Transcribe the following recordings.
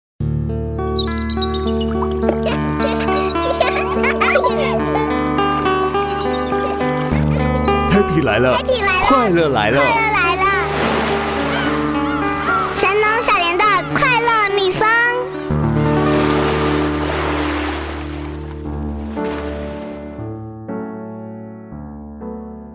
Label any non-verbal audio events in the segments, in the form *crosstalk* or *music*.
*laughs* Happy 来了 Happy 来了快乐来了快，乐来了！神农小联的快乐秘方。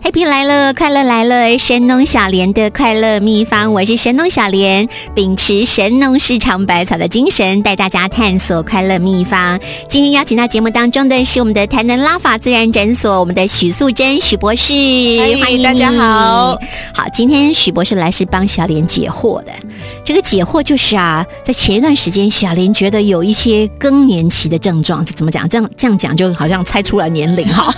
Happy 来了，快乐来了！神农小莲的快乐秘方，我是神农小莲，秉持神农氏尝百草的精神，带大家探索快乐秘方。今天邀请到节目当中的是我们的台南拉法自然诊所，我们的许素贞许博士，嗨欢迎你大家好。好，今天许博士来是帮小莲解惑的。这个解惑就是啊，在前一段时间，小莲觉得有一些更年期的症状，这怎么讲？这样这样讲就好像猜出了年龄 *laughs* 哈。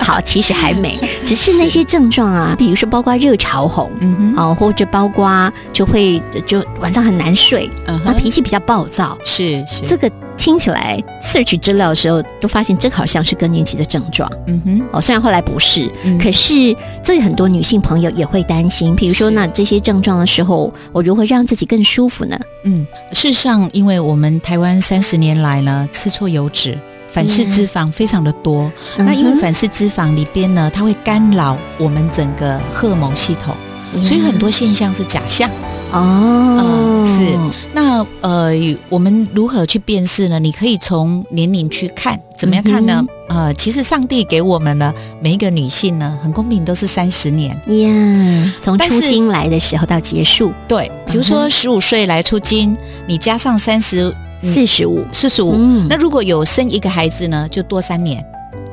好，其实还没，只是那些症状啊，比如说包括热潮红，嗯哼，哦，或者包括就会就晚上很难睡，嗯那哼，脾气比较暴躁。是是，这个听起来 search 资料的时候，都发现这好像是更年期的症状嗯哼，哦。虽然后来不是，嗯可是这很多女性朋友也会担心，比如说是那这些症状的时候，我如何让自己更舒服呢？嗯，事实上，因为我们台湾三十年来呢，吃错油脂。反式脂肪非常的嗯多，那因为反式脂肪里边呢，它会干扰我们整个荷尔蒙系统，所以嗯很多现象是假象。哦、嗯是那呃，我们如何去辨识呢？你可以从年龄去看，怎么样看嗯呢？呃，其实上帝给我们呢，每一个女性呢，很公平，都是三十年。呀从但初是经来的时候到结束对，比如嗯说十五岁来出经，你加上三十四十五，嗯四十五，嗯那如果有生一个孩子呢，就多三年。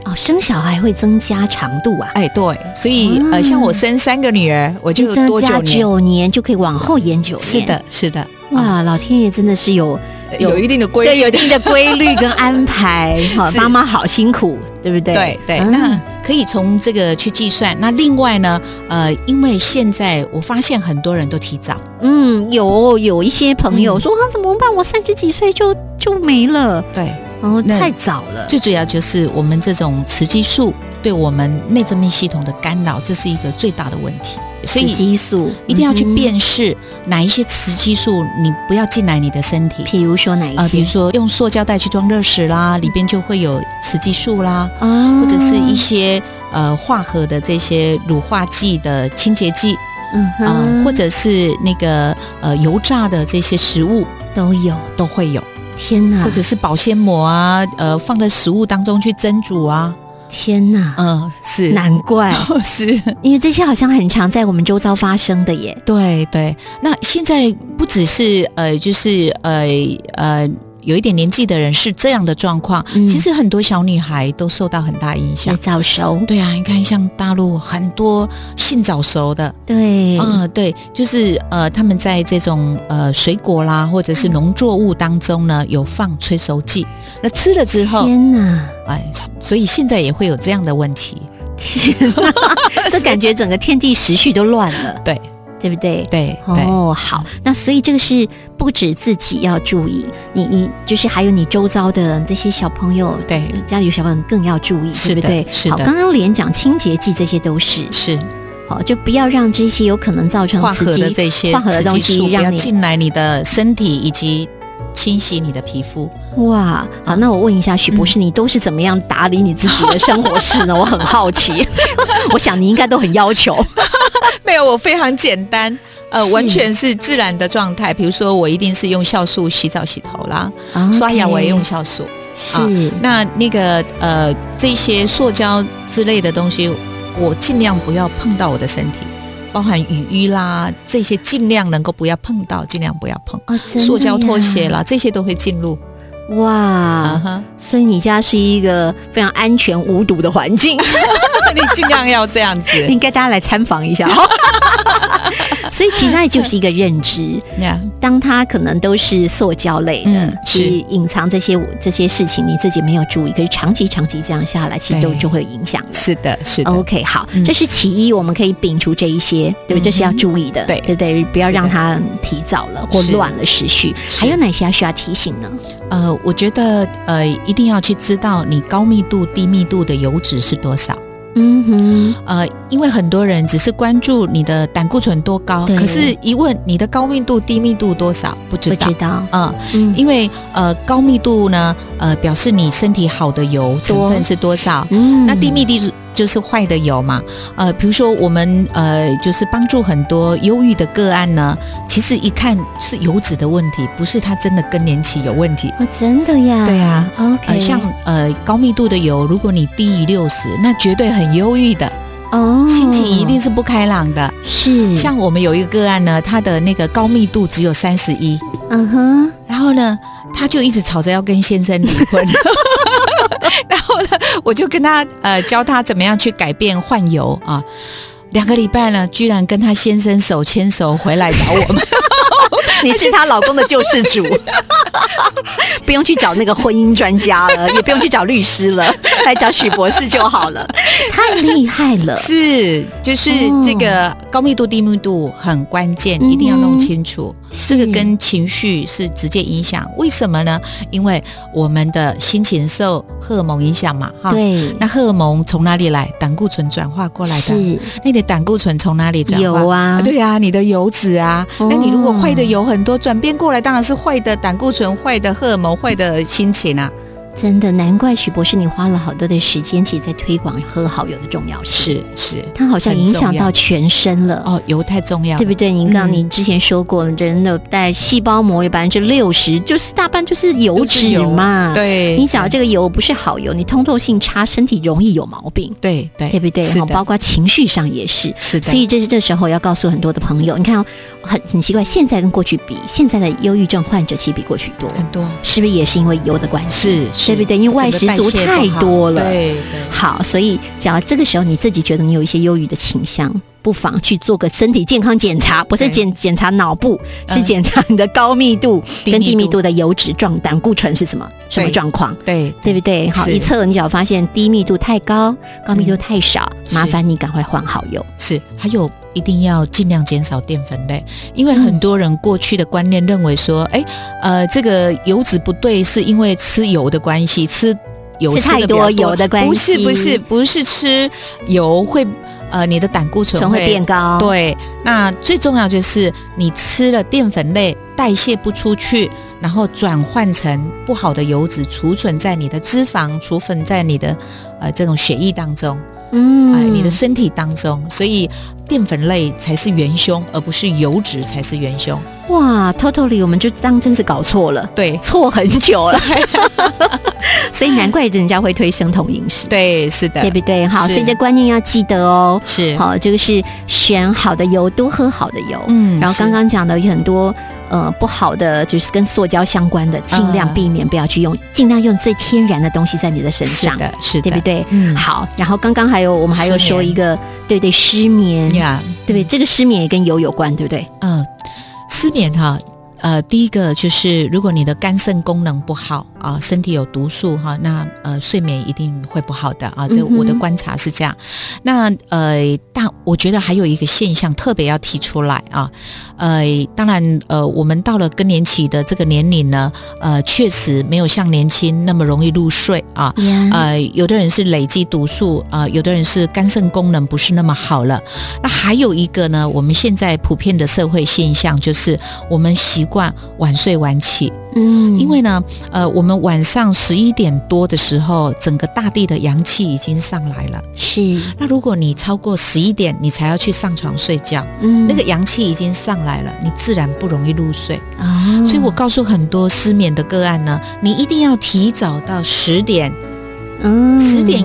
哦，生小孩会增加长度啊，哎，对，所以、嗯呃，像我生三个女儿，我就哎增多加九年。九年就可以往后延九年。是，的，是的，啊，哇，老天爷真的是有有有一定的规对律有的。一定的规律跟安排，哈， *laughs* 是妈妈好辛苦，对不对？对对，嗯那可以从这个去计算。那另外呢，呃，因为现在我发现很多人都提早，嗯，有有一些朋友嗯说啊，怎么办？我三十几岁就就没了，对，哦，那太早了。最主要就是我们这种雌激素对我们内分泌系统的干扰，这是一个最大的问题。所雌以激素一定要去，嗯辨识哪一些雌激素你不要进来你的身体哼。比如说哪一些？嗯啊，比如说用塑胶袋去装热食啦，里边就会有雌激素啦，啊或者是一些呃化合的这些乳化剂的清洁剂嗯啊、哼，或者是那个呃油炸的这些食物都有。都会有，天哪，或者是保鲜膜啊，呃放在食物当中去蒸煮啊，天哪，嗯、是，难怪， *laughs* 是，因为这些好像很常在我们周遭发生的耶。对对。那现在不只是呃，就是呃呃。有一点年纪的人是这样的状况，嗯其实很多小女孩都受到很大影响在。早熟，对啊，你看像大陆很多性早熟的，对，啊、对，就是呃，他们在这种呃水果啦，或者是嗯农作物当中呢，有放催熟剂，那吃了之后，天哪， *laughs* 哎，所以现在也会有这样的问题。天哪，这感觉整个天地时序都乱了，啊对对不对？对对、哦，好，那所以这个是不止自己要注意，你你就是还有你周遭的这些小朋友，对，家里有小朋友更要注意，是对的不对？是的好，刚刚连讲清洁剂，这些都是是好，就不要让这些有可能造成化刺合的激。这些化合的雌激东西素不让要你进来你的身体以及清洗你的皮肤。嗯哇，好，那我问一下许博士，你都是怎么样打理你自己的生活事 *laughs* 呢？我很好奇， *laughs* 我想你应该都很要求。没有，我非常简单，呃，是完全是自然的状态。比如说，我一定是用酵素洗澡、洗头啦，刷牙我也用 OK，酵素。啊是那那个呃，这些塑胶之类的东西，我尽量不要碰到我的身体，包含雨衣啦，这些尽量能够不要碰到，尽量不要碰。哦，真的塑胶拖鞋呀啦，这些都会进入。啊哇，哈， *laughs* 所以你家是一个非常安全无毒的环 *laughs* 境，你尽量要这样子。应该大家来参访一下。哦 *laughs* 所以其实那就是一个认知，呀当它可能都是塑胶类的，嗯其实隐藏这些这些事情，你自己没有注意，可是长期长期这样下来，其实都对就会有影响了。是的，是的。 OK，好，嗯这是其一，我们可以摒除这一些，对不对？嗯哼这是要注意的，对对不对？不要是的让它提早了或是乱了时序。是还有哪些要需要提醒呢？呃，我觉得呃，一定要去知道你高密度、低密度的油脂是多少。嗯哼，呃，因为很多人只是关注你的胆固醇多高，对可是一问你的高密度、低密度多少，不知不道知。道，嗯，嗯因为呃高密度呢，呃表示你身体好的油成多分是多少，嗯那低密度就就是坏的有嘛，呃，比如说我们呃，就是帮助很多忧郁的个案呢，其实一看是油脂的问题，不是他真的更年期有问题。哦，真的呀，对啊，OK，呃，像呃高密度的油，如果你低于六十，那绝对很忧郁的，哦，心情一定是不开朗的。是像我们有一个个案呢，他的那个高密度只有三十一，嗯哼，然后呢，他就一直吵着要跟先生离婚。 *laughs* 然后呢，我就跟他呃教他怎么样去改变换油啊。两个礼拜呢，居然跟他先生手牵手回来找 *laughs* 我们。你是她老公的救世 *laughs* 主，不用去找那个婚姻专家了， *laughs* 也不用去找律师了，来找许博士就好了，太厉害了，是，就是哦这个高密度、低密度很关键，嗯哼一定要弄清楚。这个是跟情绪是直接影响，为什么呢？因为我们的心情受荷尔蒙影响嘛，哈。对，那荷尔蒙从哪里来？胆固醇转化过来的。是那你的胆固醇从哪里转化？有啊对啊，你的油脂啊。哦那你如果坏的油很多，转变过来当然是坏的胆固醇、坏的荷尔蒙、坏的心情啊。真的，难怪许博士你花了好多的时间，其实在推广喝好油的重要性，是是，它好像影响很重到要全身了。哦，油太重要对。不对？您刚嗯你之前说过，人的在细胞膜有百分之六十，就是大半就是油都是脂油嘛。，对，你想这个油不是好油，你通透性差，身体容易有毛病，对对对不对？是好包的，括情绪上也是。是的。所以这是这时候要告诉很多的朋友，你看哦很很奇怪，现在跟过去比，现在的忧郁症患者其实比过去多，很多是不是也是因为油的关系？是是，对不对因为外食族整个代谢不好太多了对对。好，所以只要这个时候你自己觉得你有一些忧郁的倾向，不妨去做个身体健康检查，不是对检检查脑部，嗯是检查你的高密度低跟密低密度度的油脂状胆固醇是什么什么对状况。对对不对？好，是一测你只要发现低密度太高，高密度太少，是麻烦你赶快换好油。是，还有一定要尽量减少淀粉类，嗯因为很多人过去的观念认为说，哎、呃，这个油脂不对，是因为吃油的关系，吃油吃吃太得比较多油的关不是不系是不是吃油会呃你的胆固醇醇会变高，，对，那最重要就是你吃了淀粉类，代谢不出去，然后转换成不好的油脂，储存在你的脂肪，储存在你的呃这种血液当中，嗯，哎、你的身体当中，所以淀粉类才是元凶，而不是油脂才是元凶。哇，totally，我们就当真是搞错了，对错很久 *laughs* 了，所以难怪人家会推生酮饮食，对，是的，对不对？好，是所以这观念要记得哦。是，好，这个是选好的油，多喝好的油。嗯然后是刚刚讲的有很多呃不好的，就是跟塑胶相关的，尽量嗯避免不要去用，尽量用最天然的东西在你的身是上，的，是的，对不对？嗯好，然后刚刚还有我们还有失眠说一个，对对，失眠，呀，对不对？这个失眠也跟油有关，对不对？嗯，失眠哈，呃，第一个就是如果你的肝肾功能不好啊、身体有毒素哈、那呃睡眠一定会不好的啊。这嗯哼我的观察是这样。那呃，但我觉得还有一个现象特别要提出来啊，呃，当然呃，我们到了更年期的这个年龄呢，呃，确实没有像年轻那么容易入睡啊。啊，呃，有的人是累积毒素啊、呃有的人是肝肾功能不是那么好了。那还有一个呢，我们现在普遍的社会现象就是，我们习惯晚睡晚起，嗯因为呢，呃，我们晚上十一点多的时候，整个大地的阳气已经上来了。是那如果你超过十一点，你才要去上床睡觉，嗯那个阳气已经上来了，你自然不容易入睡。啊所以我告诉很多失眠的个案呢，你一定要提早到十点嗯十点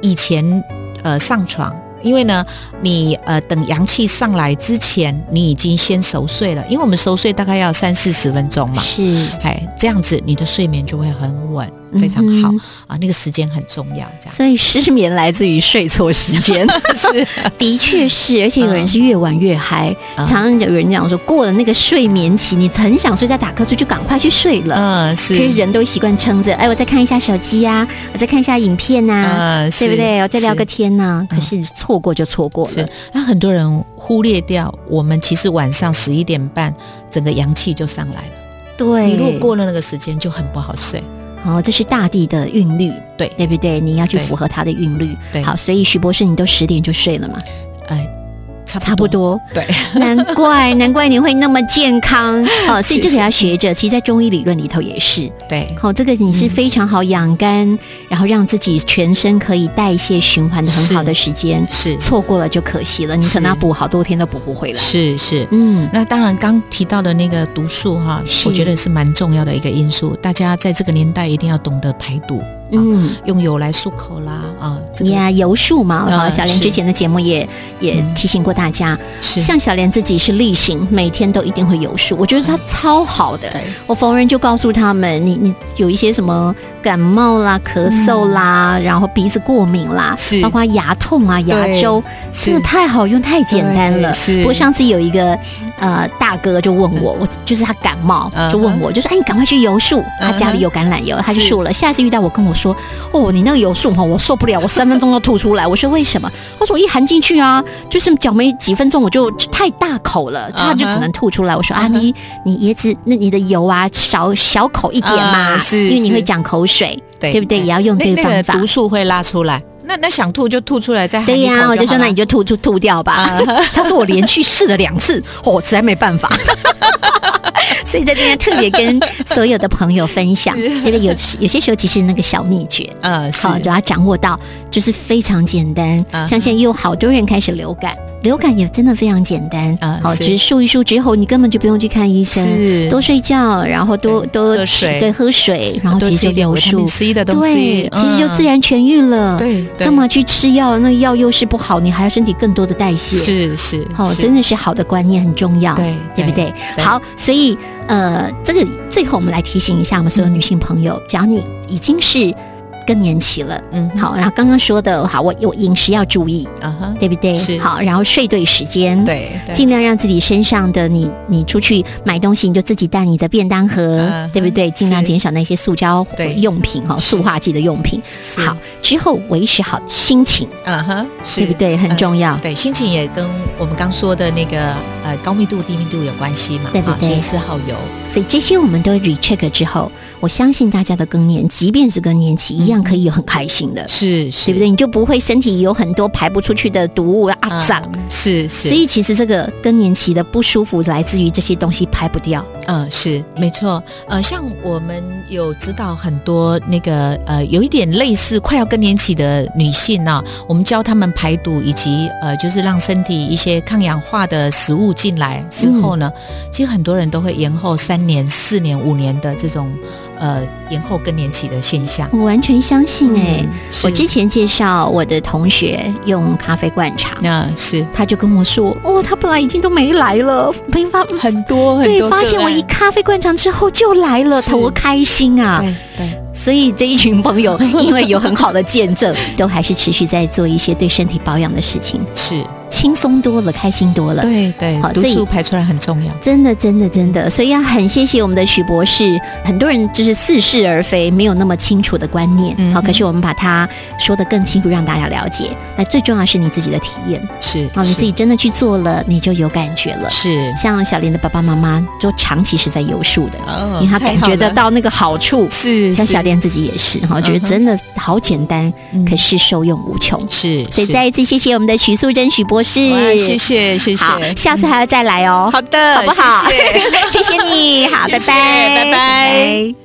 以前呃上床，因为呢，你呃等阳气上来之前，你已经先熟睡了，因为我们熟睡大概要三四十分钟嘛。是哎，这样子你的睡眠就会很稳，非常好、嗯啊，那个时间很重要， *laughs* 这样所以失眠来自于睡错时 *laughs* 间，是的确是，而且有人是越晚越嗨、嗯常常有人讲说，过了那个睡眠期，你很想睡，再打瞌睡就赶快去睡了。 *laughs* 可嗯是是人都习惯撑着，哎，我再看一下手机呀、我再看一下影片呐、嗯啊对不是对？我再聊个是天呐、嗯可是错过就错过了是，，那很多人忽略掉，我们其实晚上十一点半整个阳气就上来了，对。你如果过了那个时间就很不好睡，哦，这是大地的韵律，对对不对？你要去对符合它的韵律。对好，所以许博士，你都十点就睡了嘛？哎，差差不多，对，难怪难怪你会那么健 *laughs* 康哦，所以这个要学着。其实，在中医理论里头也是，对，好、这个你是非常好养嗯肝，然后让自己全身可以代谢循环的很好的时间，是错过了就可惜了，你可能要是补好多天都补不回来。是是。嗯，那当然，刚提到的那个毒素哈，是我觉得是蛮重要的一个因素。大家在这个年代一定要懂得排毒，嗯。用油来漱口啦啊，这个呀，油术嘛，嗯啊，小莲是嗯之前的节目也也提醒过大家，是像小莲自己是例行，每天都一定会有数，我觉得她超好的。嗯对我逢人就告诉他们，你你有一些什么感冒啦、咳嗽啦，嗯然后鼻子过敏啦，是包括牙痛啊、牙周，是真的太好用、太简单了对。是嗯不过上次有一个呃大哥就问我，我就是他感冒嗯哼就问我，就说哎你赶快去游术，他嗯哼家里有橄榄油，他去是漱了。下一次遇到我跟我说，哦你那个油漱哈我受不了，我三分钟就吐出来。我 *laughs* 说为什么？我说我一含进去啊，就是嚼没几分钟我就太大口了，他就嗯哼只能吐出来。我说啊嗯哼你你椰子那你的油啊少小口一点嘛，嗯是因为你是会长口水，对对不对？也要用那这个那方个法。毒素会拉出来，那那想吐就吐出来，再含对一口呀、我就说好了啊那你就吐吐吐掉吧。 *laughs* 他说我连续试了两次，哦我实在没办 *laughs* 法。所以在这边特别跟所有的朋友分享，对不对？有有些时候其实那个小秘诀，呃是好，只要掌握到，就是非常简单。嗯哼像现在有好多人开始流感，流感也真的非常简单啊好，是只是漱一漱之后，你根本就不用去看医生，是多睡觉，然后多多喝水对，喝水，然后多其吃实一就点有维他数，命 C 的东西对，，其实就嗯自然痊愈了。对对干嘛去吃药？那药又是不好，你还要身体更多的代谢。，是是哦，是真的是好的观念很重要，对对不对？对好，所以呃，这个最后我们来提醒一下我们所有女性朋友，只要你已经是更年期了，嗯好，然后刚刚说的，好，我我饮食要注意，啊哈对不对？是好，然后睡对时间，。对对尽量让自己身上的你，你出去买东西，你就自己带你的便当盒，嗯哼对不对？尽量是减少那些塑胶对用品哈，是塑化剂的用品。是好，之后维持好心情，啊哈是对不对？很嗯重要。对，心情也跟我们刚说的那个呃高密度、低密度有关系嘛，对对啊对所以吃好油，所以这些我们都 recheck 之后，我相信大家的更年，即便是更年期，一样可以很开心的，是是对不对？你就不会身体有很多排不出去的毒物啊脏。嗯是是，所以其实这个更年期的不舒服来自于这些东西排不掉，嗯，是没错。呃，像我们有指导很多那个呃，有一点类似快要更年期的女性呢、我们教她们排毒，以及呃，就是让身体一些抗氧化的食物进来之后呢，嗯其实很多人都会延后三年、四年、五年的这种呃延后更年期的现象。我完全相信哎、嗯是我之前介绍我的同学用咖啡灌肠，那、啊是他就跟我说，哦，他本来已经都没来了，没法。很多很对多，个发案，现我一咖啡灌肠之后就来了，是多开心啊！对对所以这一群朋友， *laughs* 因为有很好的见证， *laughs* 都还是持续在做一些对身体保养的事情，是，轻松多了，开心多了。对对好，毒这一素排出来很重要。真的，真的，真的，所以要很谢谢我们的许博士。很多人就是似是而非，没有那么清楚的观念。嗯好，可是我们把它说得更清楚，让大家了解。那最重要是你自己的体验。是，好，你是自己真的去做了，你就有感觉了。是。像小莲的爸爸妈妈，就长期是在游术的，哦因为他太感好觉得了到那个好处。是像是小莲自己也是哈，我觉得嗯哼真的好简单，嗯可是受用无穷。是，所以是再一次谢谢我们的许素贞许博士，哇谢谢谢谢，好，下次还要再来哦，好的，好不好 *laughs* 谢谢谢谢你，好，谢谢拜拜，拜拜。